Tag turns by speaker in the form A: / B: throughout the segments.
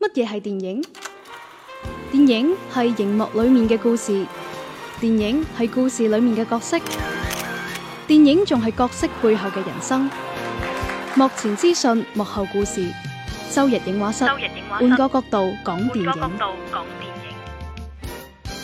A: 乜嘢係電影？電影係熒幕裏面嘅故事，電影係故事裏面嘅角色，電影仲係角色背後嘅人生。幕前資訊，幕後故事。周日影畫室，
B: 周日影畫室
A: 換個角度講電
B: 換個角
A: 影。
B: 度講電影。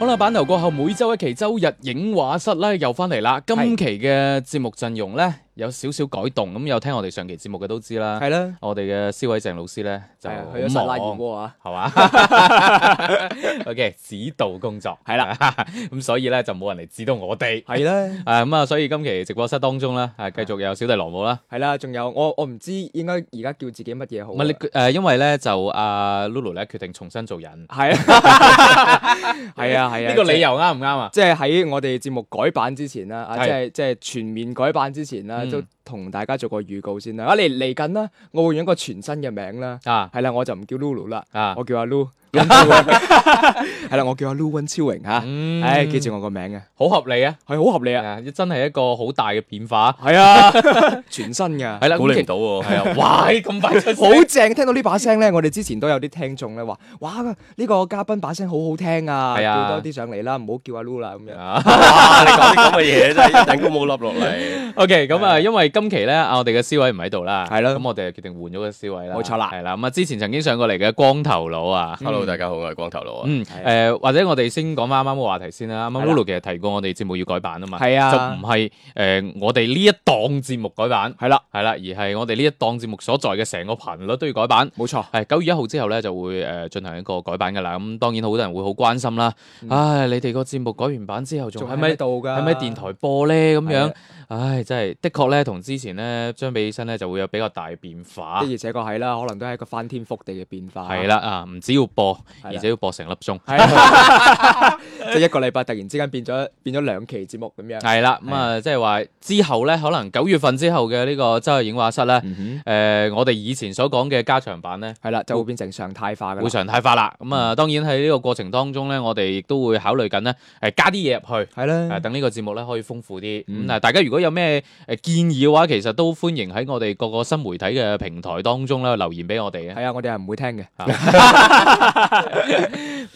C: 好啦，版頭過後每周一期周日影畫室咧又翻嚟啦。今
D: 係
C: 期嘅節目陣容咧有少少改動，咁有聽我哋上期節目嘅都知啦。
D: 係啦，
C: 我哋嘅思偉鄭老師咧啊就
D: 就
C: 好
D: 去咗實拉燕
C: 忙，
D: 窩啊，
C: 係嘛 ？OK，指導工作
D: 係啦，
C: 咁所以咧就冇人嚟指導我哋。
D: 係啦，
C: 啊咁啊，所以今期直播室當中咧，啊繼續有小弟羅姆啦。
D: 係啦，仲有我我唔知應該而家叫自己乜嘢好啊，
C: 唔係你誒，因為咧就阿 Lulu 咧決定重新做人，
D: 係 啊， 係啊，係啊，
C: 呢個理
D: 由。
C: 由啱唔啱啊？
D: 即係喺我哋節目改版之前啦，啊，即
C: 係
D: 係即係全面改版之前啦，
C: 嗯
D: 都同大家做個預告先啦。啊，嚟嚟緊啦，我會用一個全新嘅名啦，
C: 啊
D: 係啦，我就唔叫 Lulu 啦，
C: 啊，
D: 我叫阿 Lu，溫超榮係啦，我叫阿 Lu 温超榮嚇，
C: 嗯
D: 唉，記住我個名嘅，
C: 好合理啊！
D: 係好合理啊，
C: 啊，真係一個好大嘅變化。
D: 係啊， 全新㗎。
C: 係啦，
E: 估你唔
C: 到，
E: 到喎，
C: 係啊， 哇！咁快出聲，
D: 好正，聽到呢把聲咧，我哋之前都有啲聽眾咧話：，哇，呢、個嘉賓把聲好好聽啊，
C: 係啊
D: 叫多啲上嚟啦，唔好叫阿 Lu 啦咁樣。
C: 啊
E: 哇！你講啲咁嘅嘢真係一頂高冇笠落嚟。
C: ！OK，咁啊，因為今期咧，啊我哋嘅思維唔喺度啦，
D: 係咯
C: 咁我哋就決定換咗個思維啦，
D: 冇錯啦嗯
C: 係啦，咁啊，之前曾經上過嚟嘅光頭佬啊。
E: Hello，大家好，我係光頭佬啊。
C: 嗯，誒、或者我哋先講翻啱啱個話題先啦。啱啱
D: 係啦啊
C: Lulu 其實提過我哋節目要改版啊嘛，
D: 係啊
C: 就唔係誒我哋呢一檔節目改版，
D: 係啦，
C: 係啦，而係我哋呢一檔節目所在嘅成個頻率都要改版。
D: 冇錯，
C: 係九月一號之後咧就會誒、呃、進行一個改版㗎啦。咁當然好多人會好關心啦。唉，你哋個節目改完版之後仲
D: 嗯仲
C: 喺
D: 喺
C: 咪
D: 咪度㗎？
C: 喺咪電台播咧？咁
D: 係
C: 樣
D: 啊，
C: 唉，真係的確咧同之前咧相比起身咧就會有比較大嘅變化
D: 的。而且確係啦，可能都係一個翻天覆地嘅變化。
C: 啊係啦，啊，唔只要播，
D: 係啦
C: 而且要播成粒鐘。
D: 係啊， 即係一個禮拜突然之間變咗變咗兩期節目咁樣。
C: 係啦，咁啊，即係話之後咧，可能九月份之後嘅呢個周日影畫室咧，
D: 嗯
C: 誒，我哋以前所講嘅加長版咧。
D: 哼，係啦，就會變成常態化㗎啦。嗯
C: 會常態化啦，咁啊，當然喺呢個過程當中咧，我哋亦都會考慮緊咧，誒加啲嘢入去，
D: 係
C: 誒
D: 啦，
C: 啊等呢個節目咧可以豐富啲。咁啊
D: 嗯
C: 嗱，大家如果有咩誒建議嘅話，其實都歡迎喺我哋各個新媒體嘅平台當中咧留言俾我哋嘅，
D: 係啊，我哋係唔會聽嘅。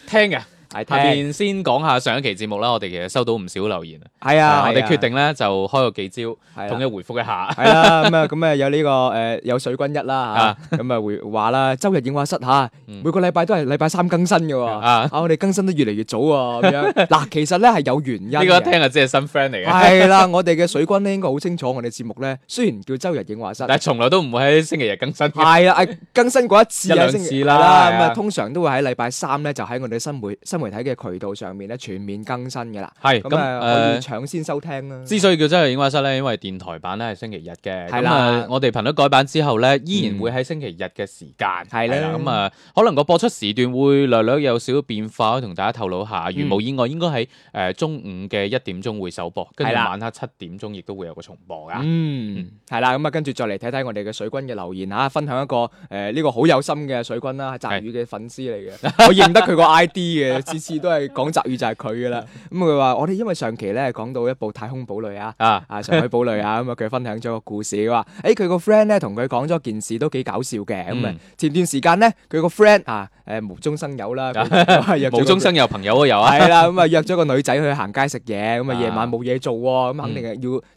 C: 聽嘅。
D: 係
C: 下
D: 聽啊
C: 邊先講下上一期節目啦，我哋其實收到唔少留言
D: 係啊，
C: 啊，我哋
D: 係啊
C: 決定咧就開個記招，
D: 係
C: 統
D: 啦
C: 一回覆一下。
D: 系啦，咁啊，咁啊有呢個诶有水軍一啦吓，咁啊回話啦，周日影畫室吓，
C: 嗯
D: 每個禮拜都係禮拜三更新嘅喎，
C: 啊
D: 啊我哋更新得越嚟越早喎，咁樣嗱，其實咧係有原因
C: 呢個一
D: 嘅。
C: 聽就知係新 friend 嚟嘅，
D: 係啦，我哋嘅水軍咧應該好清楚，我哋節目咧雖然叫周日影畫室，
C: 但係從來都唔會喺星期日更新嘅。
D: 係啦， 係更新過一次
C: 一兩
D: 啊，
C: 次
D: 星期
C: 啦
D: 係
C: 係
D: 咁
C: 啊
D: 啊通常都會喺禮拜三咧就喺我哋新媒新媒體嘅渠道上面咧全面更新嘅啦，
C: 係
D: 咁
C: 咁呃
D: 啊可以
C: 誒。
D: 搶先收聽啦，
C: 之所以叫真係影畫室咧，因為電台版咧係星期日嘅，
D: 係
C: 咁
D: 啦
C: 啊，我哋頻率改版之後咧，依然
D: 嗯
C: 會喺星期日嘅時間，
D: 係啦
C: 咁啊，可能個播出時段會略略有少少變化，可以同大家透露下。如
D: 嗯
C: 無意外，應該喺誒中午嘅一點鐘會首播，跟住
D: 係啦
C: 晚黑七點鐘亦都會有個重播噶。
D: 嗯，系啦，咁啊，跟住再嚟睇睇我哋嘅水軍嘅留言吓，分享一個诶呢個好有心嘅水軍啦，係澤宇嘅粉絲嚟嘅， 我認得佢個 I D 嘅，次次都係講澤宇就係佢噶啦。咁
C: 嗯
D: 佢話我哋因為上期咧講到一部太空堡壘啊。
C: 啊，
D: 啊！上海堡 壘啊，咁啊佢分享咗個故事，佢話：，誒佢個 friend 咧同佢講咗件事都幾搞笑嘅，咁啊
C: 嗯
D: 前段時間咧佢個 friend 啊誒無中生有 啦，佢
C: 無中生有朋友啊有啊，
D: 系啦，咁啊約咗個女仔去行街食嘢，咁
C: 啊
D: 啊夜晚冇嘢做喎，
C: 嗯
D: 咁肯定係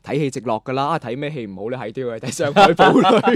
D: 要睇戲直落噶啦。啊睇咩戲唔好咧？係都要去睇《上海堡 壘》，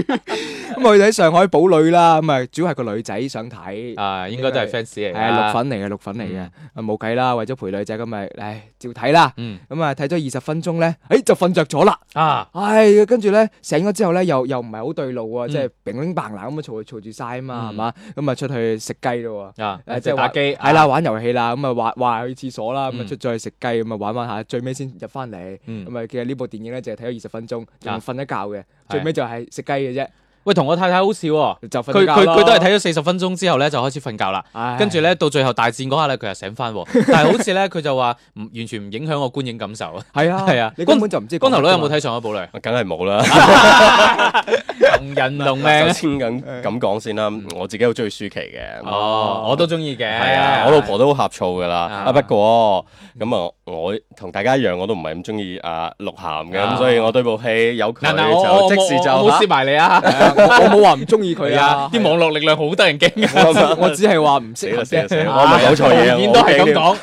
D: 咁啊去睇《上海堡壘》啦。咁啊主要係個女仔想睇，係
C: 啊應該都係嗯 fans 嚟㗎
D: 綠，粉嚟嘅，綠粉嚟嘅，啊冇計啦，為咗陪女仔咁咪，唉照睇啦。
C: 嗯
D: 咁啊睇咗二十分鐘咧，誒就瞓着咗啦。
C: 啊，
D: 唉，跟住咧醒咗之後咧，又又唔係好對路喎，
C: 嗯
D: 即係乒乒乓啷咁啊嘈嘈住晒啊嘛，係
C: 嗯
D: 嘛？咁啊出去食雞咯喎。
C: 啊，
D: 誒
C: 即係
D: 係
C: 打
D: 話
C: 機，
D: 係啦，玩遊戲啦，咁啊話話去廁所啦，咁啊
C: 嗯
D: 出咗去食雞，咁啊玩玩下，最尾先入翻嚟。
C: 嗯，
D: 咁啊，其實呢部電影咧，就係睇咗二十分鐘，仲
C: 啊
D: 瞓一覺嘅，
C: 係
D: 最尾就係食雞嘅啫，
C: 喂，同我太太好似喎。
D: 就瞓
C: 佢
D: 一覺
C: 佢
D: 咯
C: 佢都係，睇咗四十分鐘之後咧就開始瞓覺啦。
D: 唉
C: 跟住，咧，到最後大戰嗰下咧，佢又醒 翻，但係好似咧，佢就話唔完全唔影響我觀影感受 啊。
D: 係啊
C: 係啊
D: 你根本就唔知
C: 光頭佬有冇
D: 講乜㗎嘛？
C: 睇《上海堡壘
E: 梗係冇啦，》？
C: 同人同命
E: 首
C: 啊
E: 先咁咁講先啦，我自己好中意舒淇嘅，
C: 嗯哦，我都中意嘅。
E: 係啊，我老婆都好呷醋噶啦。
C: 啊
E: 啊，不過咁啊，我同大家一樣，我都唔係咁中意啊鹿晗嘅，
C: 啊
E: 咁所以我對部戲有佢
C: 嗱嗱，我我
E: 就
C: 我
E: 即時就
C: 我冇
E: 嚇
C: 攝埋你啊。
D: 係啊我冇話唔中 意佢啊，
C: 啲網絡力量好得人驚啊！
D: 我我只係話唔
E: 死
D: 識
E: 啦
D: 合
E: 死啦死
D: 啫。
E: 啦！我咪講錯嘢啊！
C: 導演
E: 我
C: 都
E: 好
C: 係
E: 驚
C: 咁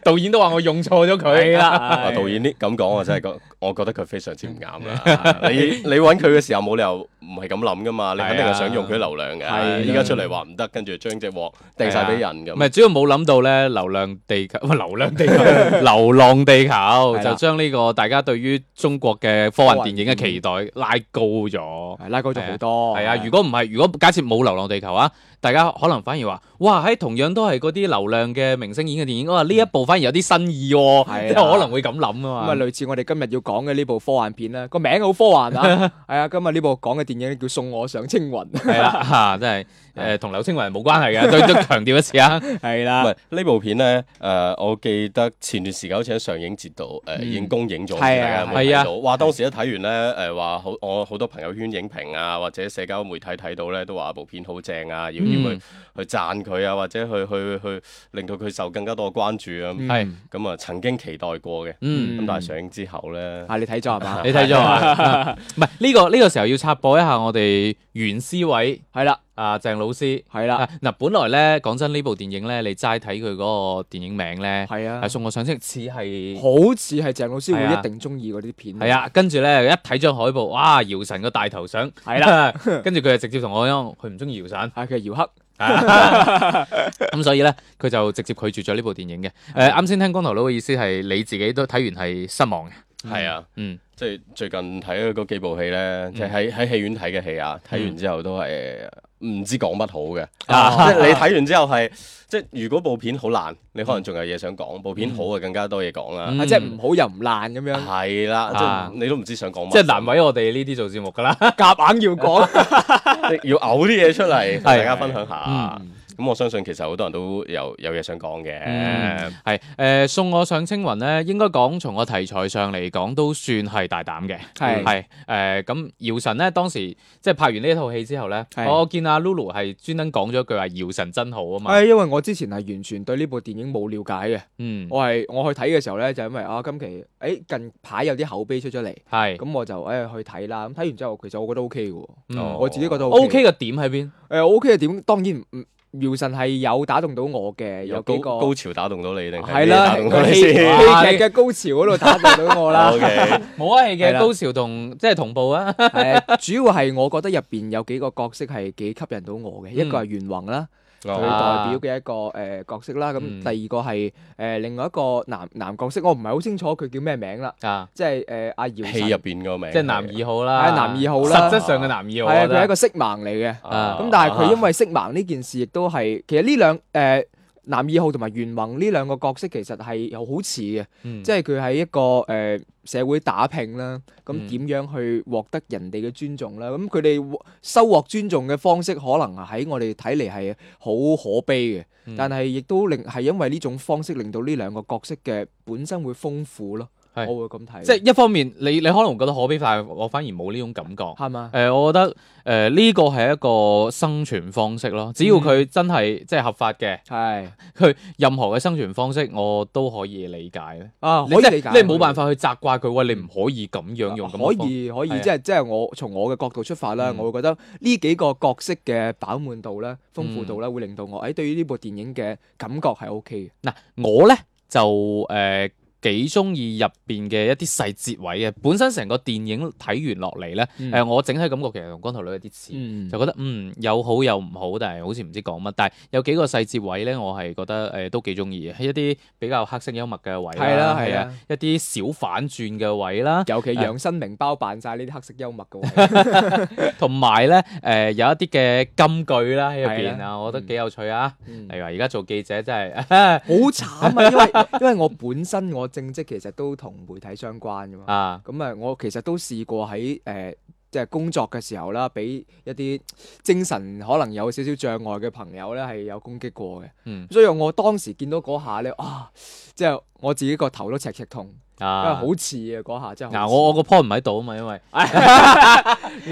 C: 講， 導演都話我用錯咗佢。
D: 係啦
E: 啊！導演呢咁講，我真係覺，我覺得佢非常之唔啱 啦。你你揾佢嘅時候冇理由唔係咁諗噶嘛，你肯定係想用佢流量
D: 啊係啊
E: 嘅。依家出嚟話唔得，跟住將只鑊掟晒俾人咁。
C: 唔係，主要冇諗到咧，流量地球，唔 係流量地球，流浪地球
D: 啦
C: 就將呢個大家對於中國嘅科幻電影嘅期待拉高咗。
D: 係拉高咗好多。
C: 係啊，如果唔係，如果假設冇《流浪地球》啊，大家可能反而話：哇，喺同樣都係嗰啲流量嘅明星演嘅電影，哇，呢一部反而有啲新意喎、
D: 係啊
C: 嗯即係可能會咁諗
D: 咁
C: 啊
D: 啊，
C: 嘛。
D: 類似我哋今日要講嘅呢部科幻片啦，個名好 科幻啊！係啊，今日呢部講嘅電影叫《送我上青雲》。
C: 係啦， 嚇、真係誒，同、劉青雲冇關係嘅，都 都強調一次啊。
D: 係
E: 唔
D: 啦，
E: 係呢部片咧，誒、我記得前段時間好似喺上映節度誒、已經公映咗，
D: 嗯係
E: 大家
D: 啊
E: 有冇睇
C: 係
E: 到？哇！當時一睇完咧，誒話好，我好多朋友圈影評啊，或者社交媒體睇到咧，都話部片好正啊，要要去、
C: 嗯
E: 去讚佢啊，或者去去去令到佢受更加多嘅關注啊。
D: 嗯
E: 咁
C: 係、
E: 咁啊，曾經期待過嘅，咁、
C: 嗯
E: 但係上映之後咧，
D: 啊，你睇咗係嘛？
C: 你睇咗啊？ 唔係呢個呢、個時候要插播一下我哋袁思偉
D: 係啦，
C: 啊，鄭老師
D: 係
C: 啊
D: 啦，
C: 嗱、本來咧講真呢部電影咧，你齋睇佢嗰個電影名咧，
D: 係啊
C: 係，送我上青似係。
D: 好似係鄭老師
C: 係啊
D: 會一定中意嗰啲片。
C: 系，啊，跟住咧一睇張海報，哇！姚晨個大頭相，
D: 係
C: 啦， 跟住佢就直接同我講，佢唔中意姚 晨，
D: 啊係佢係姚黑。
C: 咁所以咧佢就直接拒絕咗呢部電影嘅。诶，啱先聽光頭佬嘅意思係你自己都睇完係失望嘅，
E: 係啊。
C: 嗯，
E: 即係最近睇嗰幾部戲咧，即係喺喺戲院睇嘅戲啊，
C: 嗯
E: 睇完之後都係呃唔知講乜好嘅。
C: 啊
E: 即係你睇完之後係，即係如果部片好爛，你可能仲有嘢想講；部片好啊，更加多嘢講啦。
D: 啊，即係唔好又唔爛咁樣，
E: 係啦，即
C: 嗯啊
E: 係你都唔知想講乜。
C: 即係難 為我哋呢啲做節目㗎啦。
D: 夾硬要講，
E: 即係要嘔啲嘢出嚟，同大家分享下
C: 嗯。
E: 咁我相信其實好多人都有有嘢想講嘅。
C: 嗯係诶，誒送我上青雲咧，應該講從個題材上嚟講都算係大膽嘅，
D: 係
C: 係诶，誒咁姚晨咧當時即係拍完呢一套戲之後咧，
D: 係
C: 我見阿 Lulu 係專登講咗一句話姚晨真好啊嘛，
D: 係因為我之前係完全對呢部電影冇了解嘅，
C: 嗯，
D: 我係我去睇嘅時候咧，就因為啊今期誒近排有啲口碑出咗嚟，
C: 係。
D: 咁我就誒去睇啦，咁睇完之後其實我覺得 O K 嘅
C: 嗯
D: 喎，我自己覺得
C: O K 嘅點喺邊？
D: 誒 O K 嘅點當然嗯唔姚晨係有打動到我嘅，有
E: 有
D: 幾
E: 高
D: 個
E: 高潮打動到你定
D: 係
E: 係咩
D: 啦，
E: 打動到
D: 戲
E: 你
D: 戲劇
E: 先哦
C: 哇
D: 嘅高潮嗰度打動到我 啦。
E: ？O K，
C: 冇啊，係
D: 係
C: 嘅
D: 啦
C: 高潮同即係同步啊。
D: 誒，主要係我覺得入邊有幾個角色係幾吸引到我
E: 嗯
D: 嘅，一個係袁弘啦，
E: 哦
D: 佢
C: 啊
D: 代表嘅一個誒角色啦。咁
C: 嗯
D: 第二個係誒另外一個男男角色，我唔係好清楚佢叫咩名啦，
C: 啊，
D: 即係誒阿姚
E: 戲入邊個名
C: 即係男二號啦，
D: 係男二號啦
C: 實質上嘅男二號，
D: 係啊，
C: 我覺
D: 佢係
C: 得
D: 一個色盲嚟嘅。
E: 啊
D: 咁但係佢因為色盲呢件事，亦都係其實呢兩誒。男二號同埋袁弘呢兩個角色其實係又好似嘅，
C: 嗯
D: 即係佢喺一個誒、呃社會打拼啦，
C: 嗯
D: 咁點樣去獲得人哋嘅尊重啦？咁佢哋收穫尊重嘅方式，可能喺我哋睇嚟係好可悲嘅，
C: 嗯
D: 但係亦都令係因為呢種方式令到呢兩個角色嘅本身會豐富咯。我
C: 係
D: 會咁睇，
C: 即係一方面，你你可能覺得可悲，但係我反而冇呢種感覺。
D: 係嘛？
C: 誒，我覺得誒呢個係一個生存方式咯。只要
D: 嗯
C: 佢真係即係合法嘅，
D: 係
C: 佢任何嘅生存方式我都可以理解咧。
D: 啊，
C: 你
D: 可以
C: 即係
D: 理解，
C: 你冇辦法去責怪佢，喂，你唔可以咁樣用咁嘅方
D: 可以可以
C: 係啊，
D: 即係即係我從我嘅角度出發啦，
C: 嗯
D: 我會覺得呢幾個角色嘅飽滿度咧、豐富度咧，
C: 嗯
D: 會令到我誒對於呢部電影嘅感覺係 O K 嘅。
C: 嗱，我咧就誒幾中意入邊嘅一啲細節位嘅。本身成個電影睇完落嚟咧，誒、
D: 嗯
C: 我整體感覺其實同光頭佬有啲似，
D: 嗯
C: 就覺得嗯有好有唔好，但係好似唔知講乜。但係有幾個細節位咧，我係覺得誒、呃都幾中意嘅，係一啲比較黑色幽默嘅位
D: 係啦
C: 啦，
D: 係
C: 係
D: 啦
C: 啊，一啲小反轉嘅位啦，
D: 尤其楊新明包辦晒呢啲黑色幽默嘅位，
C: 同埋咧誒有一啲嘅金句啦喺入邊
D: 係
C: 啊，
D: 啦
C: 我覺得幾有趣啊。
D: 嗯
C: 例如話而家做記者真係
D: 好慘啊！因為 因為我本身我正職其實都同媒體相關噶嘛，
C: 啊，
D: 咁啊我其實都試過喺誒。呃即係工作嘅時候啦，俾一啲精神可能有少少障礙嘅朋友咧，係有攻擊過嘅。
C: 嗯
D: 所以我當時見到嗰下咧，啊，即係我自己個頭都赤赤痛，因為
C: 啊
D: 好。似啊嗰下真係好
C: 嗱，
D: 似。
C: 我我個 point 唔喺度啊嘛， 因為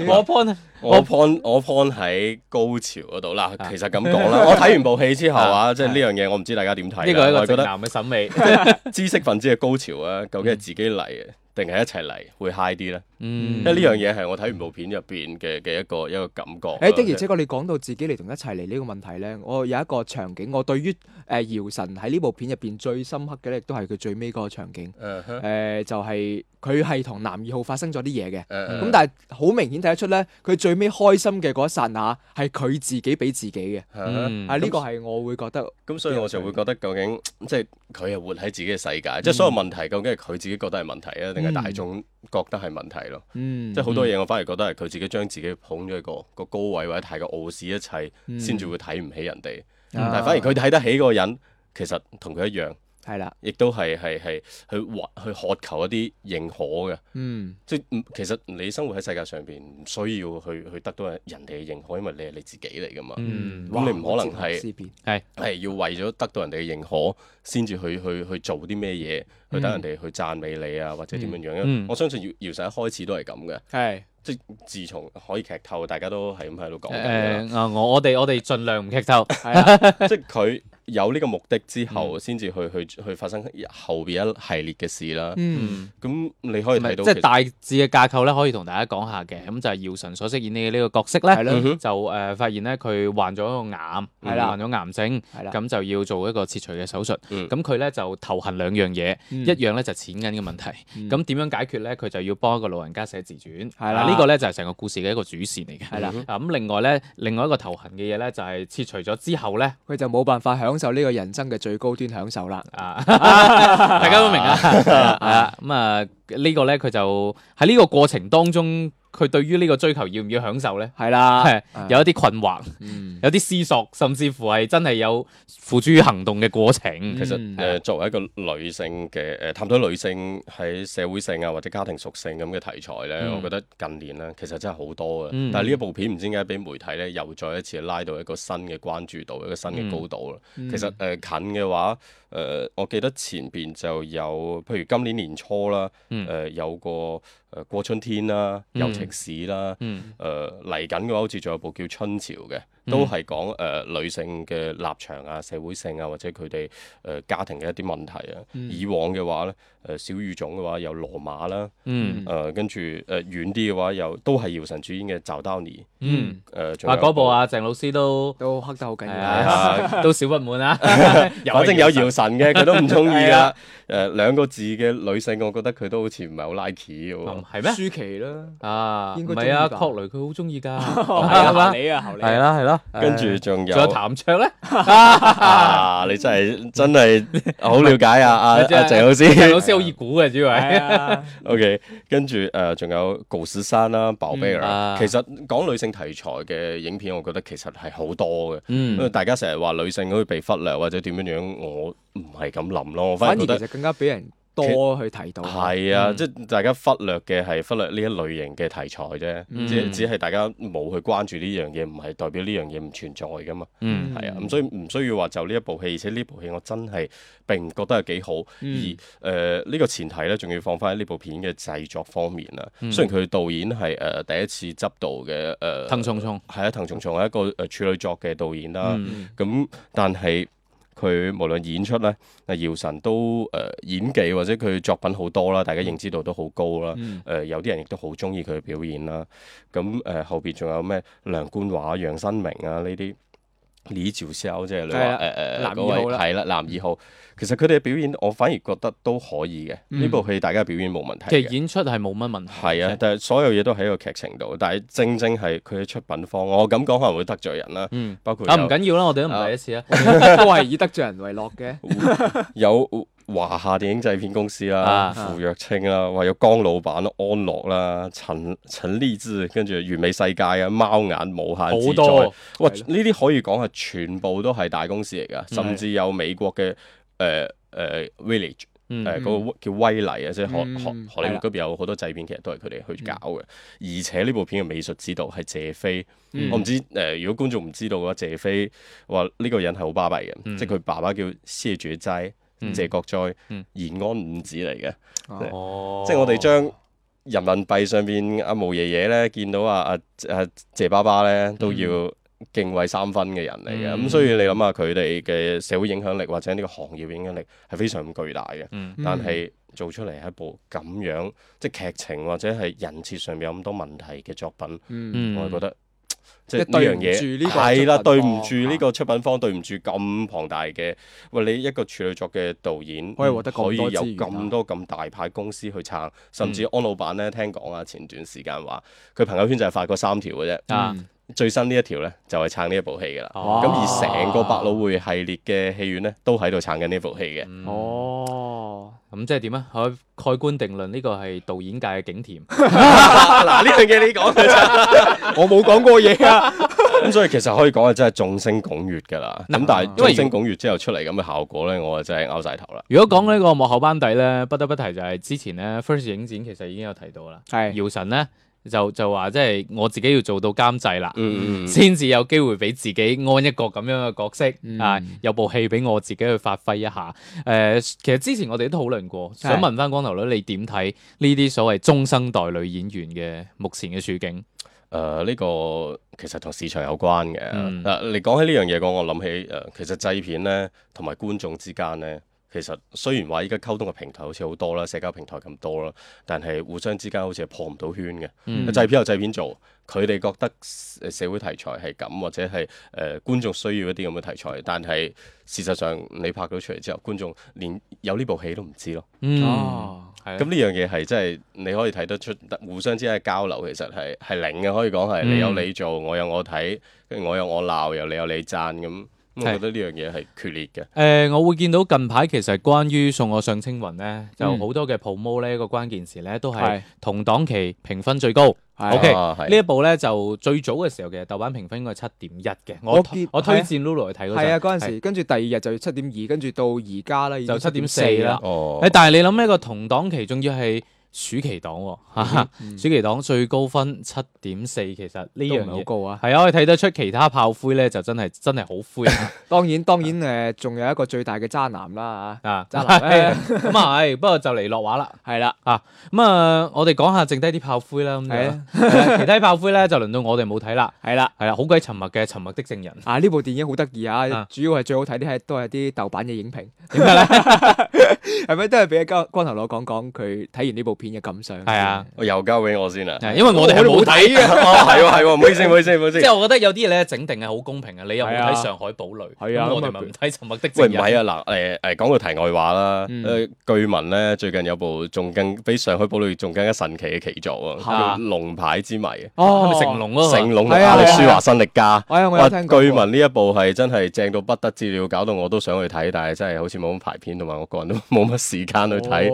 C: 我 point
E: 我 point 我 point 喺高潮嗰度啦，
D: 啊
E: 其實咁講啦，我睇完部戲之後 啊，即係呢樣嘢我唔知大家點睇啦，
C: 呢個係一
E: 我
C: 個
E: 係覺
C: 直
E: 得
C: 男嘅審美，
D: 嗯
E: 知識分子嘅高潮啊，究竟係自己嚟嘅定係一齊嚟會 high 啲呢？
C: 嗯
E: 因為呢樣嘢係我睇完部片入邊嘅嘅一個一個感覺。
D: 誒的而且確，你講到自己嚟同一齊嚟呢個問題咧，我有一個場景，我對於誒姚晨喺呢部片入邊最深刻嘅咧，亦都係佢最尾嗰個場景。誒、
E: 嗯哼
D: 就係佢係同男二號發生咗啲嘢嘅，咁、
E: 嗯
C: 嗯
E: 嗯
D: 但係好明顯睇得出咧，佢最尾開心嘅嗰一剎那係佢自己俾自己嘅，
E: 嗯哼
D: 啊
C: 嗯
D: 呢個係我會覺得
E: 咁所以我就會覺得究竟即係佢係活喺自己嘅世界，即係所有問題究竟係佢自己覺得係問題啊，定係大眾覺得係問題咯？
D: 嗯
E: 即係好多嘢我反而覺得係佢自己將自己捧咗一個個高位或者太過傲視一切，
D: 嗯
E: 先至會睇唔起人哋。
D: 啊
E: 但係反而佢睇得起嗰個人，其實同佢一樣，
D: 係啦，
E: 亦都係係係去揾去渴求一啲認可嘅。
D: 嗯
E: 即係唔其實你生活喺世界上邊，唔需要去去得到人哋嘅認可，因為你係你自己嚟噶嘛。
C: 嗯
E: 咁你唔可能係啊
D: 思辨
E: 係要為咗得到人哋嘅認可，先至去去去做啲咩嘢，去
D: 嗯
E: 等人哋去讚美你啊，或者點樣樣。
C: 嗯
E: 我相信姚姚晨一開始都係咁嘅，
D: 係
E: 即係自從可以劇透，大家都係咁喺度講緊㗎啦
C: 誒啊！我我哋我哋盡量唔劇 透。
D: 係啊，
E: 即係佢有呢個目的之
C: 嗯
E: 後，先至去去去發生後邊一系列嘅事啦。
D: 嗯
C: 嗯，
E: 咁你可以
C: 唔係
E: 睇
C: 即
E: 到其
C: 係
E: 實，
C: 大致嘅架構咧，可以同大家講下嘅。咁就係姚晨所飾演嘅呢個角色
D: 係
C: 咧，
D: 咯
E: 嗯哼
C: 就誒發現咧佢患咗一個癌，
D: 係啦
C: 患咗癌症，
D: 係啦，
C: 咁就要做一個切除嘅手術。
E: 嗯
C: 咁佢咧就頭痕兩樣嘢，
D: 嗯
C: 一樣咧就係錢銀嘅問題。
D: 嗯
C: 咁點樣解決咧？佢就要幫一個老人家寫自傳，
D: 係啦
C: 啊呢個咧就係成個故事嘅一個主線嚟嘅。
D: 係啦
C: 啊咁另外咧，另外一個頭痕嘅嘢咧，就係切除咗之後咧，
D: 佢就冇辦法享受呢個人生嘅最高端享受啦。
C: 啊，大家都明啊，係啊，咁啊呢個咧佢就喺呢個過程當中，佢對於呢個追求要唔要享受咧，
D: 係啦，
C: 係
D: 啊
C: 有一啲困惑，
D: 嗯
C: 有啲思索，甚至乎係真係有付諸於行動嘅過程。
E: 其
D: 嗯
E: 實誒作為一個女性嘅誒探討女性喺社會性啊或者家庭屬性咁嘅題材咧，
C: 嗯
E: 我覺得近年咧其實真係好多嘅。啊
C: 嗯
E: 但係呢一部片唔知點解俾媒體咧又再一次拉到一個新嘅關注度，一個新嘅高度啦。
C: 嗯
E: 其實誒、呃近嘅話，誒、呃我記得前邊就有，譬如今年年初啦，誒、
C: 嗯
E: 有個誒、呃、過春天啦、
C: 嗯
E: 友情史啦，
C: 嗯
E: 誒嚟緊嘅話，好似仲有部叫《春潮》嘅，都係講誒女性嘅立場啊、社會性啊，或者佢哋誒家庭嘅一啲問題啊。
C: 嗯
E: 以往嘅話咧，誒、小語種嘅話有羅馬啦，
C: 嗯
E: 誒、呃跟住誒遠啲嘅話有都係姚晨主演嘅《找到你
C: 嗯，》
E: 誒呃仲
C: 啊
E: 有
C: 嗰部啊，鄭老師都
D: 都黑得好緊要
C: 係
D: 啊。
C: 啊，都少不滿啊。
E: 反正有姚晨嘅，佢都唔中意
C: 係啊
E: 㗎。誒兩個字嘅女性，我覺得佢都好似唔係好 like 嘅喎。
C: 哦係咩？
D: 舒淇啦，
C: 啊，唔
D: 應該
C: 係啊，
D: 鍾意㗎
C: 確雷佢好中意㗎，
D: 係
C: 係
D: 啊，
C: 嘛？
D: 你啊，後你
C: 係啦係啦，
E: 跟住仲有
C: 仲有譚卓咧，
E: 啊，你真係 真係好了解啊！阿阿
C: 真係
E: 鄭老 師，
C: 鄭老師好易估嘅，主要係。
D: 係啊
E: O.K. 跟住誒，仲、有告士山啦、鮑比
C: 嗯啊
E: 爾。其實講女性題材嘅影片，我覺得其實係好多嘅。因為
C: 嗯，
E: 大家成日話女性好似被忽略或者點樣樣，我唔係咁諗咯。我反
D: 反
E: 而
D: 而
E: 覺
D: 其
E: 得
D: 實更加俾人多去提到。
E: 係啊，
C: 嗯
E: 即係大家忽略嘅係忽略呢一類型嘅題材啫。
C: 嗯
E: 只只係大家冇去關注呢樣嘢，唔係代表呢樣嘢唔存在噶嘛。
C: 嗯
E: 係啊，
D: 嗯
E: 咁所以唔需要話就呢一部戲，而且呢部戲我真係並唔覺得係幾好。
D: 嗯
E: 而誒呢、個前提咧，仲要放翻喺呢部片嘅製作方面啦。
C: 嗯
E: 雖然佢導演係誒、呃第一次執導嘅誒，
C: 騰衝衝，
E: 係啊，滕松松係一個誒、呃、處女作嘅導演啦。
C: 嗯
E: 咁、但係佢無論演出咧，啊姚晨都誒、呃演技或者佢作品好多啦，大家認知度都好高啦。
D: 嗯
E: 誒、有啲人亦都好中意佢嘅表演啦。咁誒、呃、後邊仲有咩梁冠華、楊新明啊呢啲。李兆霄即係你話
D: 係啊
E: 誒誒
D: 男
E: 嗰
D: 二號
E: 位
D: 啦
E: 係啦，男二號。其實佢哋嘅表演，我反而覺得都可以嘅。
D: 嗯
E: 呢部戲大家表演冇問題
C: 其
E: 嘅
C: 實。演出係冇乜問題。
E: 係啊，，但係所有嘢都喺個劇情度，但係正正係佢嘅出品方，我咁講可能會得罪人啦，
C: 嗯，
E: 包括
C: 啊
E: 有
C: 唔緊要啦，我哋都唔第一次啊。
D: 都係以得罪人為樂嘅。
E: 有 華夏電影製片公司啦、
C: 啊
E: 傅若清啦，話有江老闆啦、安樂啦、陳陳立之，跟住完美世界啊、貓眼無限自
C: 好
E: 在，
C: 多
E: 哇！
D: 係
E: 呢啲可以講係全部都係大公司嚟
C: 嗯
E: 㗎，甚至有美國嘅誒誒 Village。
C: 嗯
E: 誒呃嗰個叫威尼啊，即係荷
D: 嗯
E: 荷荷里活嗰邊有好多製片，其實都係佢哋去搞嘅。
C: 嗯
E: 而且呢部片嘅美術指導係謝飛，
D: 嗯
E: 我唔知誒、呃如果觀眾唔知道嘅話，謝飛話呢個人係好巴閉嘅，
C: 嗯
E: 即係佢爸爸叫謝覺齋、
C: 嗯
E: 謝國齋、
C: 嗯
E: 延安五子嚟嘅。
D: 哦
C: 哦，
E: 即係我哋將人民幣上邊阿毛爺爺咧，見到啊啊啊謝爸爸咧，都要敬畏三分嘅人嚟嘅，咁、
C: 嗯
E: 所以你諗下佢哋嘅社會影響力或者呢個行業影響力係非常咁巨大嘅，
C: 嗯
E: 但係做出嚟係一部咁樣即係劇情或者係人設上面有咁多問題嘅作品，
D: 嗯，
C: 嗯，
E: 我係覺得。即
D: 係
E: 係呢樣
D: 對唔
E: 嘢
D: 住呢個
E: 係啦，
D: 出品
E: 對
D: 方
E: 唔住呢個出品方，對唔住咁龐大嘅，喂你一個處女作嘅導演，
D: 可以獲得咁
E: 可以
D: 多
E: 有
D: 資源啊嗯
E: 咁多咁大牌公司去撐，甚至安老闆咧聽講啊，前段時間話佢朋友圈就係發過三條嘅啫，
C: 啊，
E: 最新呢一條咧就係撐呢一部戲㗎啦。
C: 哦
E: 咁而成個百老匯系列嘅戲院咧都喺度撐緊呢部戲嘅。
D: 哦，
C: 咁即係點啊？可以蓋棺定論，呢個係導演界嘅景甜。
E: 嗱呢樣嘢你講嘅啫，
D: 我冇講過嘢啊，
E: 咁所以其實可以講係真係眾星拱月㗎啦。咁但係
C: 因為
E: 眾星拱月之後出嚟咁嘅效果咧，我就真係拗晒頭啦。
C: 如果講呢個幕後班底咧，不得不提就係之前咧 First 影展其實已經有提到啦。
D: 係
C: 姚晨咧就就話即係我自己要做到監製啦。
E: 嗯
C: 先至有機會俾自己安一個咁樣嘅角色、
D: 嗯
C: 啊，有部戲俾我自己去發揮一下。誒、其實之前我哋都討論過，
D: 係
C: 想問翻光頭女，你點睇呢啲所謂中生代女演員嘅目前嘅處境？
E: 誒呃呢個其實同市場有關嘅。誒、啊
C: 嗯
E: 你講起呢樣嘢講，我諗起誒、呃其實製片咧同埋觀眾之間咧，其實雖然話依家溝通嘅平台好似好多啦，社交平台咁多啦，但係互相之間好似係破唔到圈嘅。
C: 嗯
E: 製片有製片做，佢哋覺得誒社會題材係咁，或者係誒、呃觀眾需要一啲咁嘅題材，但係事實上你拍到出嚟之後，觀眾連有呢部戲都唔知咯。
C: 嗯，
D: 哦
C: 係
E: 咁
C: 啦
E: 呢樣嘢係真係你可以睇得出，互相之間嘅交流其實係係零嘅，可以講係
C: 嗯
E: 你有你做，我有我睇，跟住我有我鬧，又你有你讚咁。咁我
C: 係
E: 覺得呢樣嘢係決裂嘅。
C: 誒、呃我會見到近排其實關於送我上青雲咧，就
D: 嗯
C: 好多嘅 promo 呢個關鍵詞咧都係
D: 係
C: 同檔期評分最高。
D: 係
C: OK，
E: 啊係
C: 呢一部咧就最早嘅時候嘅豆瓣評分應該係七點一嘅。我
D: 我
C: 推
D: 見
C: 我推
D: 係啊
C: 薦 Lulu 去睇嗰陣。
D: 係啊，嗰陣
C: 係
D: 時跟住第二日就七點二，跟住到而家啦，已經
C: 就7.4
D: 7.4
C: 啦
E: 哦
C: 誒，，但係你諗呢個同檔期，仲要係暑期檔
D: 嗯
C: 喎、哈哈暑期檔最高分七點四，其實呢
D: 都唔
C: 樣
D: 係好
C: 嘢
D: 高啊。
C: 係啊，可以睇得出其他炮灰咧就真係真係好灰啊
D: 當然當然誒，仲有一個最大嘅渣男啦
C: 啊！
D: 渣男
C: 係咁啊係，不過就嚟落畫啦。
D: 嚇，係啦，
C: 咁啊，我哋講下剩低啲炮灰啦，咁
D: 係
C: 樣
D: 啊
C: 係啊其他炮灰咧就輪到我哋冇睇啦，
D: 係啦。
C: 係啦，啊好鬼沉默嘅《沉默的證人》，
D: 啊！呢部電影好得意
C: 啊
D: 啊，主要係最好睇啲係都係啲豆瓣嘅影評，點解咧？ 係咪都係俾光光頭佬講講佢睇完呢部片嘅感想？
C: 係啊，
E: 我又交俾我先啦。
C: 係因為我哋係冇睇嘅，
E: 哦，係喎係喎，唔好意思唔好意思唔好意思
C: 即。係我覺得有啲嘢咧整定係好公平嘅，你又冇
D: 係
C: 睇
D: 啊
C: 《上海堡壘》，
D: 係啊
C: 咁我哋
D: 咁
C: 咪
D: 啊
C: 唔睇《沉默的
E: 喂，
C: 證
E: 唔
C: 人》。
E: 係啊，嗱，誒誒，講個題外話啦，
D: 嗯
E: 誒，據聞咧最近有部仲更比《上海堡壘》仲更加神奇嘅奇作
D: 嚇
E: 啊，叫《龍牌之謎》啊，
C: 係
D: 哦
C: 咪，成龍咯，
E: 成龍同
D: 係啊
E: 亞
D: 係
E: 力
D: 啊
E: 舒華辛力加。
D: 哎呀，我有
E: 哇！
D: 聽過。
E: 據聞啊呢一部係真係正到不得之了，搞到我都想去睇，但係真係好似冇乜排片，同埋我個人都冇乜時間去睇。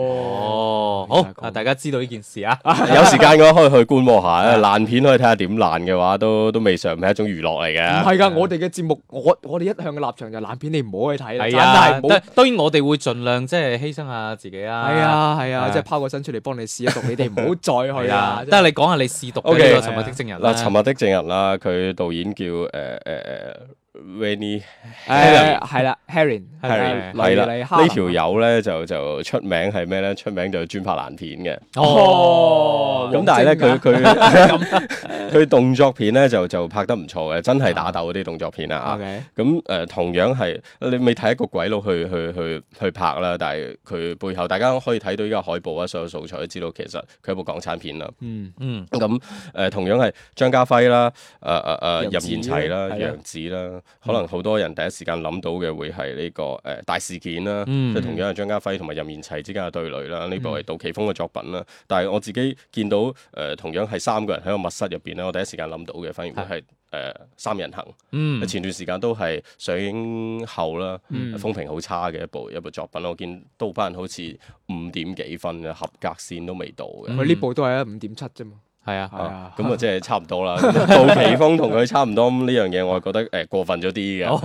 C: 哦，
D: 哦，
C: 好
D: 明白
C: 啊！
D: 講
C: 大家知道呢件事啊，
E: 有時間嘅話可以去觀摩下， 因為爛片可以睇下點爛嘅話，都都未嘗唔係一種娛樂嚟
D: 唔
E: 嘅。
D: 係啊㗎，我哋嘅節目，我我哋一向嘅立場就爛片，你唔好去睇啦，
C: 係
D: 真
C: 啊，
D: 係
C: 但
D: 冇。
C: 當然我哋會盡量即係犧牲下自己啊。
D: 係，啊係
C: 啊
D: 啊，即係拋個身出嚟幫你試一讀，你哋唔好再
C: 係
D: 去啦
C: 啊。。但係你講下你試讀嘅
E: OK，
C: 呢個《沉默的證人》啦。
E: 嗱，《沉默的證人》啦，佢導演叫誒誒誒 r a n y
D: 誒係啦，Harry
C: 係
E: 係啦，呢條
D: 人
E: 友咧就就出名係咩咧？出名就專拍爛片嘅。
C: 哦，
E: 咁但係咧，佢
D: 啊
E: 佢 佢動作片咧就就拍得唔錯嘅，真
D: 啊
E: 係打鬥嗰啲動作片啊。
D: ，OK，
E: 咁誒、呃同樣係你未睇一個鬼佬去去去去拍啦，但係佢背後大家可以睇到依家海報啊，所有素材都知道其實佢係一部港產片啦。
D: 嗯，
C: 嗯，
E: 咁誒、呃同樣係張家輝啦、誒誒誒
D: 楊紫
E: 任賢齊
D: 係
E: 啦、
D: 啊
E: 楊紫啦，可能好多人第一時間諗到嘅會係呢、個誒、呃大事件啦，
C: 嗯
E: 即係同樣係張家輝同埋任賢齊之間嘅對壘啦。呢
D: 嗯
E: 部係杜琪峰嘅作品啦，但係我自己見到誒、呃同樣係三個人喺個密室入邊咧，我第一時間諗到嘅反而會係誒、呃三人行。
C: 嗯，
E: 前段時間都係上映後啦，
D: 嗯
E: 風評好差嘅一部一部作品，我見豆瓣好似五點幾分嘅合格線都未到嘅。
D: 佢呢部都係啊五點七啫嘛，
C: 係啊
D: 係，
E: 啊
D: 啊，
E: 咁啊，即係差唔多啦。 杜琪峰同佢差唔多，咁呢樣嘢我係覺得誒過分咗啲嘅。
D: 哦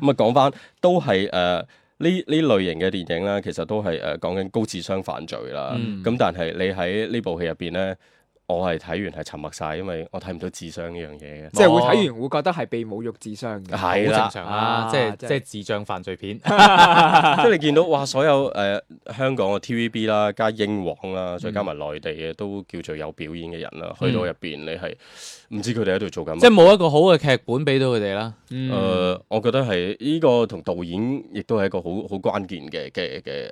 E: 咁啊，講翻都係誒呢呢類型嘅電影呃啦，其實都係誒講緊高智商犯罪啦。
C: 嗯
E: 咁但係你喺呢部戲入邊咧，我係睇完係沉默晒，因為我睇唔到智商呢樣嘢嘅。
D: 即係會睇完會覺得係被侮辱智商嘅。
C: 好
E: 係
C: 正
E: 啦，
C: 常啦，
D: 啊
C: 即係
D: 即
C: 即
D: 係
C: 係智障犯罪片，
E: 即係你見到哇，所有誒香港嘅 TVB 啦，加英皇啦，
C: 嗯
E: 再加埋內地嘅都叫做有表演嘅人啦，去到入邊你係唔知佢哋喺度做緊乜
C: 即係。冇一個好嘅劇本俾到佢哋啦。
E: 誒、
D: 嗯，
E: 我覺得係呢、個同導演亦都係一個好好關鍵嘅嘅嘅誒誒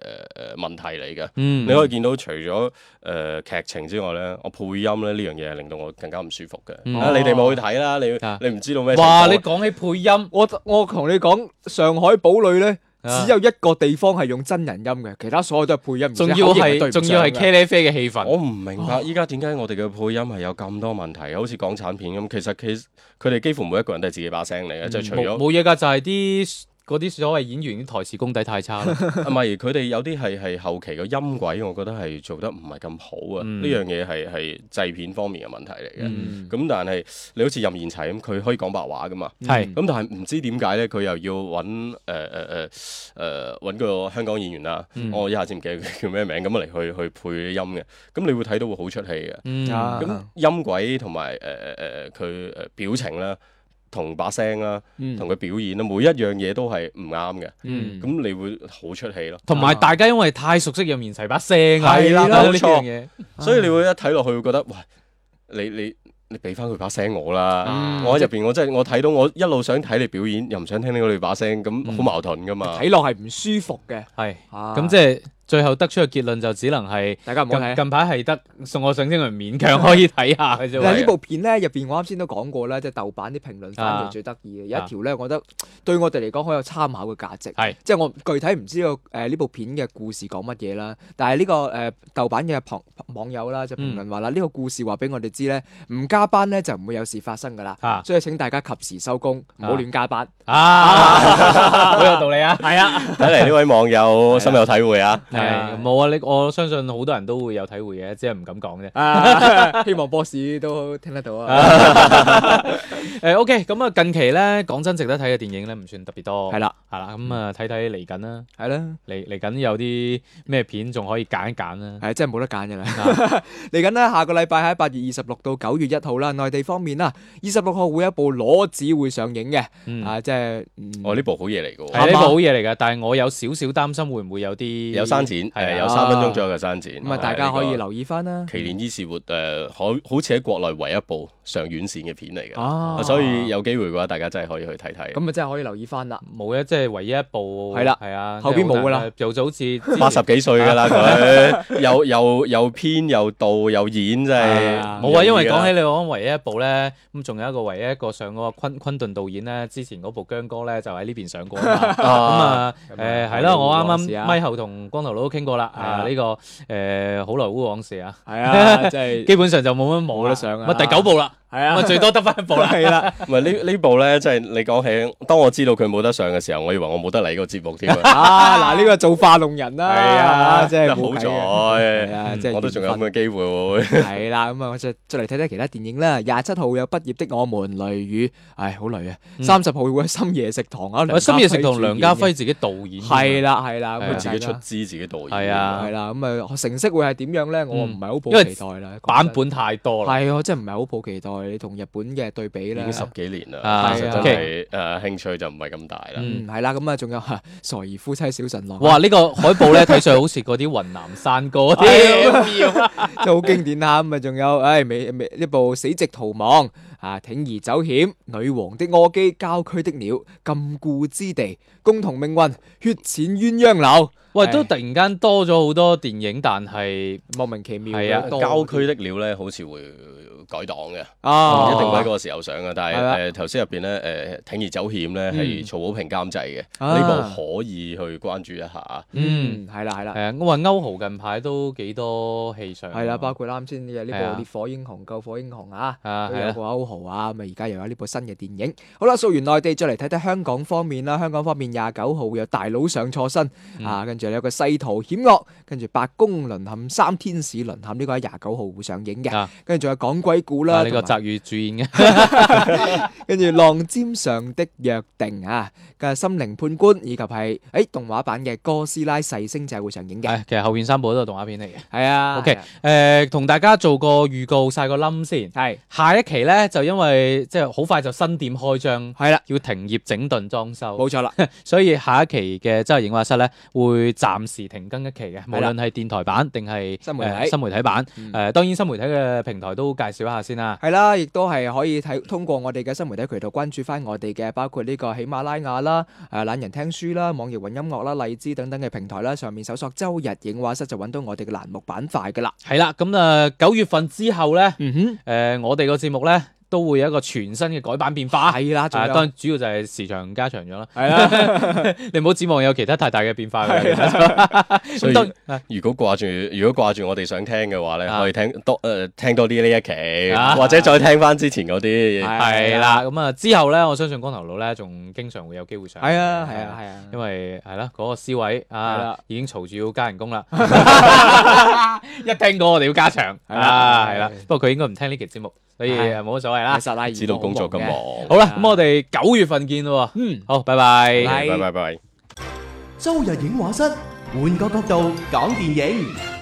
E: 問題嚟嘅。
C: 嗯，
E: 你可以見到除咗誒、呃、劇情之外咧，我配音咧呢樣嘢係令到我更加唔舒服嘅。
C: 嗯
E: 啊，你哋冇去睇啦，
C: 啊
E: 你你唔知道咩情況啊？
C: 哇！你講起配音，
D: 我我同你講，上海堡壘咧，
C: 啊
D: 只有一個地方係用真人音嘅，其他所有都係配音，而且
C: 仲要
D: 口型啊對
C: 係
D: 唔上
C: 仲要係
D: 嘅
C: K 喱啡嘅氣氛。
E: 我唔明
C: 哦
E: 白依家點解我哋嘅配音係有咁多問題，好似港產片咁。其實其實佢哋幾乎每一個人都係自己把聲嚟嘅，即係除
C: 嗯冇
E: 咗
C: 冇嘢㗎，就係啲嗰啲所謂演員啲台詞功底太差啦。
E: 啊唔係佢哋有啲係係後期嘅音軌，我覺得係做得唔係咁好啊。
C: 嗯
E: 呢樣嘢係係製片方面嘅問題嚟嘅。
C: 嗯
E: 咁、但係你好似任賢齊咁，佢可以講白話噶嘛？
C: 係
E: 咁但係唔知點解咧，佢又要揾呃誒誒誒誒呃揾個香港演員啦，
C: 嗯
E: 我一下子唔記得佢叫咩名咁嚟去去配音嘅，咁你會睇到會好出戲嘅。
C: 嗯
D: 啊
E: 咁音軌同埋誒誒誒佢誒表情啦，同把聲啦，
D: 嗯
E: 同佢表演啦，每一樣嘢都係唔啱嘅，
C: 嗯
E: 咁你會好出戲咯。
C: 同埋大家因為太熟悉任賢齊把聲啊，
E: 係啦
C: 呢樣
E: 冇錯
C: 嘢。
E: 所以你會一睇落去會覺得，喂，你你你俾翻佢把聲我啦
C: 嗯，
E: 我喺入邊我真係我睇到我一路想睇你表演，又唔想聽到你把聲，咁好矛盾噶嘛。
D: 嗯啊 睇落係唔舒服嘅。
C: 係咁
D: 咁
C: 即係最後得出嘅結論就只能係
D: 大家唔好睇
C: 近。近排係得送我上天去勉強可以睇下嘅啫
D: 嗱呢
C: 喎。
D: 部片咧入邊，我啱先都講過啦，即係豆瓣啲評論翻嚟最得意嘅，有
C: 啊
D: 一條咧，我覺得對我哋嚟講好有參考嘅價值。
C: 係
D: 即係我具體唔知道呃誒呢部片嘅故事講乜嘢啦，但係呢個誒豆瓣嘅旁網友啦就評論
C: 嗯
D: 話啦，呢個故事話俾我哋知咧，唔加班咧就唔會有事發生㗎啦。
C: 啊
D: 所以請大家及時收工，唔好亂加班。
C: 啊，好有道理啊！係啊，
E: 睇嚟呢位網 友深有體會啊！
C: 係冇啊！你我相信好多人都會有體會嘅，只係唔敢講啫。
D: 啊 希望 boss 都聽得到啊！
C: 誒 OK，咁啊近期咧講真值得睇嘅電影咧唔算特別多，
D: 係啦，
C: 係啦，咁啊睇睇嚟緊啦，
D: 係啦，
C: 嚟嚟緊有啲咩片仲可以揀一揀 啦。
D: 係真係冇得揀㗎啦。
C: 啊
D: 嚟緊呢，下個禮拜喺八月二十六到九月一號啦，內地方面啦，二十六號會有一部裸子會上映嘅，
C: 嗯
D: 啊，即係嗯
E: 哦，呢部好嘢嚟嘅喎，
C: 係呢部好嘢嚟㗎，但係我有少少擔心會唔會有啲
E: 有刪剪，
C: 係啊
E: 誒有三分鐘左右嘅刪剪。
D: 咁啊，大家可以。留意翻啦。
E: 奇連伊士活誒，好好似喺國內唯一部上院線嘅片嚟嘅，
D: 啊
E: 所以有機會嘅話，大家真係可以去睇睇。
D: 咁啊，真係可以留意翻啦。
C: 冇啊，即係唯一一部
D: 係啦
C: 係啊，
D: 後邊冇
C: 即係好
D: 㗎啦
C: 多人又就好似之前
E: 八十幾歲㗎啦， 佢又又又編又導又演，真係
D: 係啊
C: 冇啊，因為講起
E: 起
C: 你講唯一一部咧，咁仲有一個唯一一個上嗰個昆昆頓導演咧，之前嗰部姜哥咧就喺呢邊上過啊 嘛。咁
E: 啊，
C: 啊，
D: 咁啊
C: 誒係
D: 好
C: 啦，
D: 萊塢
C: 我
D: 往
C: 啱
D: 事啊
C: 啱咪後同光頭佬都傾過啦，
D: 係啊
C: 啊呢個誒好萊塢往事啊，
D: 係 啊，真 係
C: 基本上就冇乜冇
D: 冇
C: 啦，
D: 得上啊
C: 咪第九部 啦，
D: 係啊
C: 咪最多得翻一部 啦，
D: 係 啦，
E: 唔係呢呢部咧，即係你講起，當我知道佢冇得上嘅時候，我以為我冇得嚟呢個節目添 啊，
D: 啊嗱，呢個造化弄人啦，
E: 係啊，
D: 真係
E: 好
D: 冇計嘅係
E: 在，
D: 啊，即係
E: 我都仲有
D: 緣
E: 咁
D: 分
E: 嘅機會喎。
D: 係啦，咁啊，我再再嚟睇睇其他電影啦。廿七號有《畢業的我們》雷雨，唉，好累啊。
C: 嗯
D: 三十號會喺深夜食堂啊，
C: 咪
D: 梁家
C: 深夜食堂
D: 輝
C: 梁家
D: 主演
C: 輝自己導演，
D: 嘅係啦係啦，咁
C: 係
D: 啊
E: 佢自己
D: 大
E: 出
D: 家
E: 資，自己導演。
C: 係啊嗯
D: 係啦，咁啊成績會係點樣咧？我唔係好
C: 因
D: 抱
C: 為
D: 期待啦。
C: 版本太多啦，
D: 係我真係唔係好抱期待，你同日本嘅對比
E: 已
D: 咧
E: 經。十幾年啦
C: 啊，
E: 其實真係誒興趣就唔係咁大啦。
C: 嗯
D: 嗯，係啦，咁啊，仲有傻兒夫妻小神郎，
C: 哇！呢個海報咧睇上去好似嗰啲雲南山歌啲
D: 係啊
C: 咁樣
D: 真係好經典啊！咁啊，仲有，唉，美美呢部《死寂逃亡》啊，《鋌而走險》，《女王的柯基》，《郊區的鳥》，《禁錮之地》，《共同命運》，《血濺鴛鴦樓》，
C: 喂，
D: 唉
C: 都突然間多咗好多電影，但係
D: 莫名其妙
C: 係啊
D: 多
E: 郊區的鳥咧，好似會呃改檔嘅，
D: 啊，
E: 一定會喺嗰個時候上嘅。但
D: 係啊
E: 係誒呃頭先入邊咧誒鋌而走險咧係曹保平監製嘅，
D: 啊
E: 呢部可以去關注一下。
C: 嗯
D: 嗯，係啦係啦
C: 係。啊，我話歐豪近排都幾多戲上，
D: 係啦，包括啱先嘅呢部
C: 係啊
D: 《烈火英雄》《救火英雄》啊，
C: 啊
D: 都
C: 係
D: 有
C: 啊
D: 個歐豪啊，咁啊而家又有呢部新嘅電影。好啦，掃完內地，再嚟睇睇香港方面啦。香港方面廿九號有大佬上錯身、
C: 嗯
D: 啊，跟住有個《世途險惡》，跟住《白宮淪陷》《三天使淪陷》呢、個喺廿九號會上映嘅
C: 啊。
D: 跟住仲有講鬼故啦，
C: 啊呢個
D: 同埋
C: 澤宇主演 嘅，
D: 跟住《浪尖上的約定》啊，嘅《心靈判官》，以及係誒動畫版嘅《哥斯拉細星仔》會上映嘅。
C: 係其實後邊三部都係動畫片嚟嘅。
D: 係啊
C: OK 誒，同大家做個預告，晒個冧先。
D: 係
C: 下一期咧就因為即係好快就新店開張，
D: 係啦，
C: 要停業整頓裝修，
D: 冇錯啦，
C: 所以下一期嘅周日影畫室咧會暫時停更一期嘅，無
D: 啦
C: 論係電台版定係
D: 新媒體
C: 呃新媒體版。
D: 嗯
C: 誒當然新媒體嘅平台都介紹一下先啦。
D: 係啦，亦都係可以睇通過我哋嘅新媒體渠道關注翻我哋嘅，包括呢個喜馬拉雅啦、誒懶人聽書啦、網易雲音樂啦、荔枝等等嘅平台啦，上面搜索周日影畫室就揾到我哋嘅欄目板塊噶啦。
C: 係啦，咁啊九月份之後咧，誒、
D: 嗯
C: 我哋個節目咧都會有一個全新嘅改版變
D: 哼，
C: 化。
D: 係啦，仲
C: 啊，
D: 有
C: 當然主要就係時長加長咗啦。
D: 係啦，
C: 你唔好指望有其他太大嘅變化嘅。
E: 所
C: 咁
E: 以
C: 當啊啊
E: 如果掛住，如果掛住我哋想聽嘅話咧，
C: 啊
E: 可以聽多誒、呃、聽多啲呢一期，
C: 啊
E: 或者再聽翻之前嗰 啲。
C: 係啦，咁啊之後咧，我相信光頭佬咧仲經常會有機會上。
D: 係啊，係啊，，係啊。
C: 因為係啦，嗰個 C 位
D: 係
C: 啊
D: 啦
C: 已經嘈住要加人工啦， 一聽過我哋要加長
D: 係啦
C: 啊，係
D: 係
C: 啦。不過佢應該唔聽呢期節目，所以啊
D: 係
C: 冇乜所謂啦。
D: 啊其實啦
E: 知道工作咁忙，，
C: 好啦，
D: 係
C: 咁我哋九月份見咯喎。
D: 嗯，
C: 好，拜拜。
D: 拜
E: 拜拜拜。
B: 周日影畫室，換個角度講電影。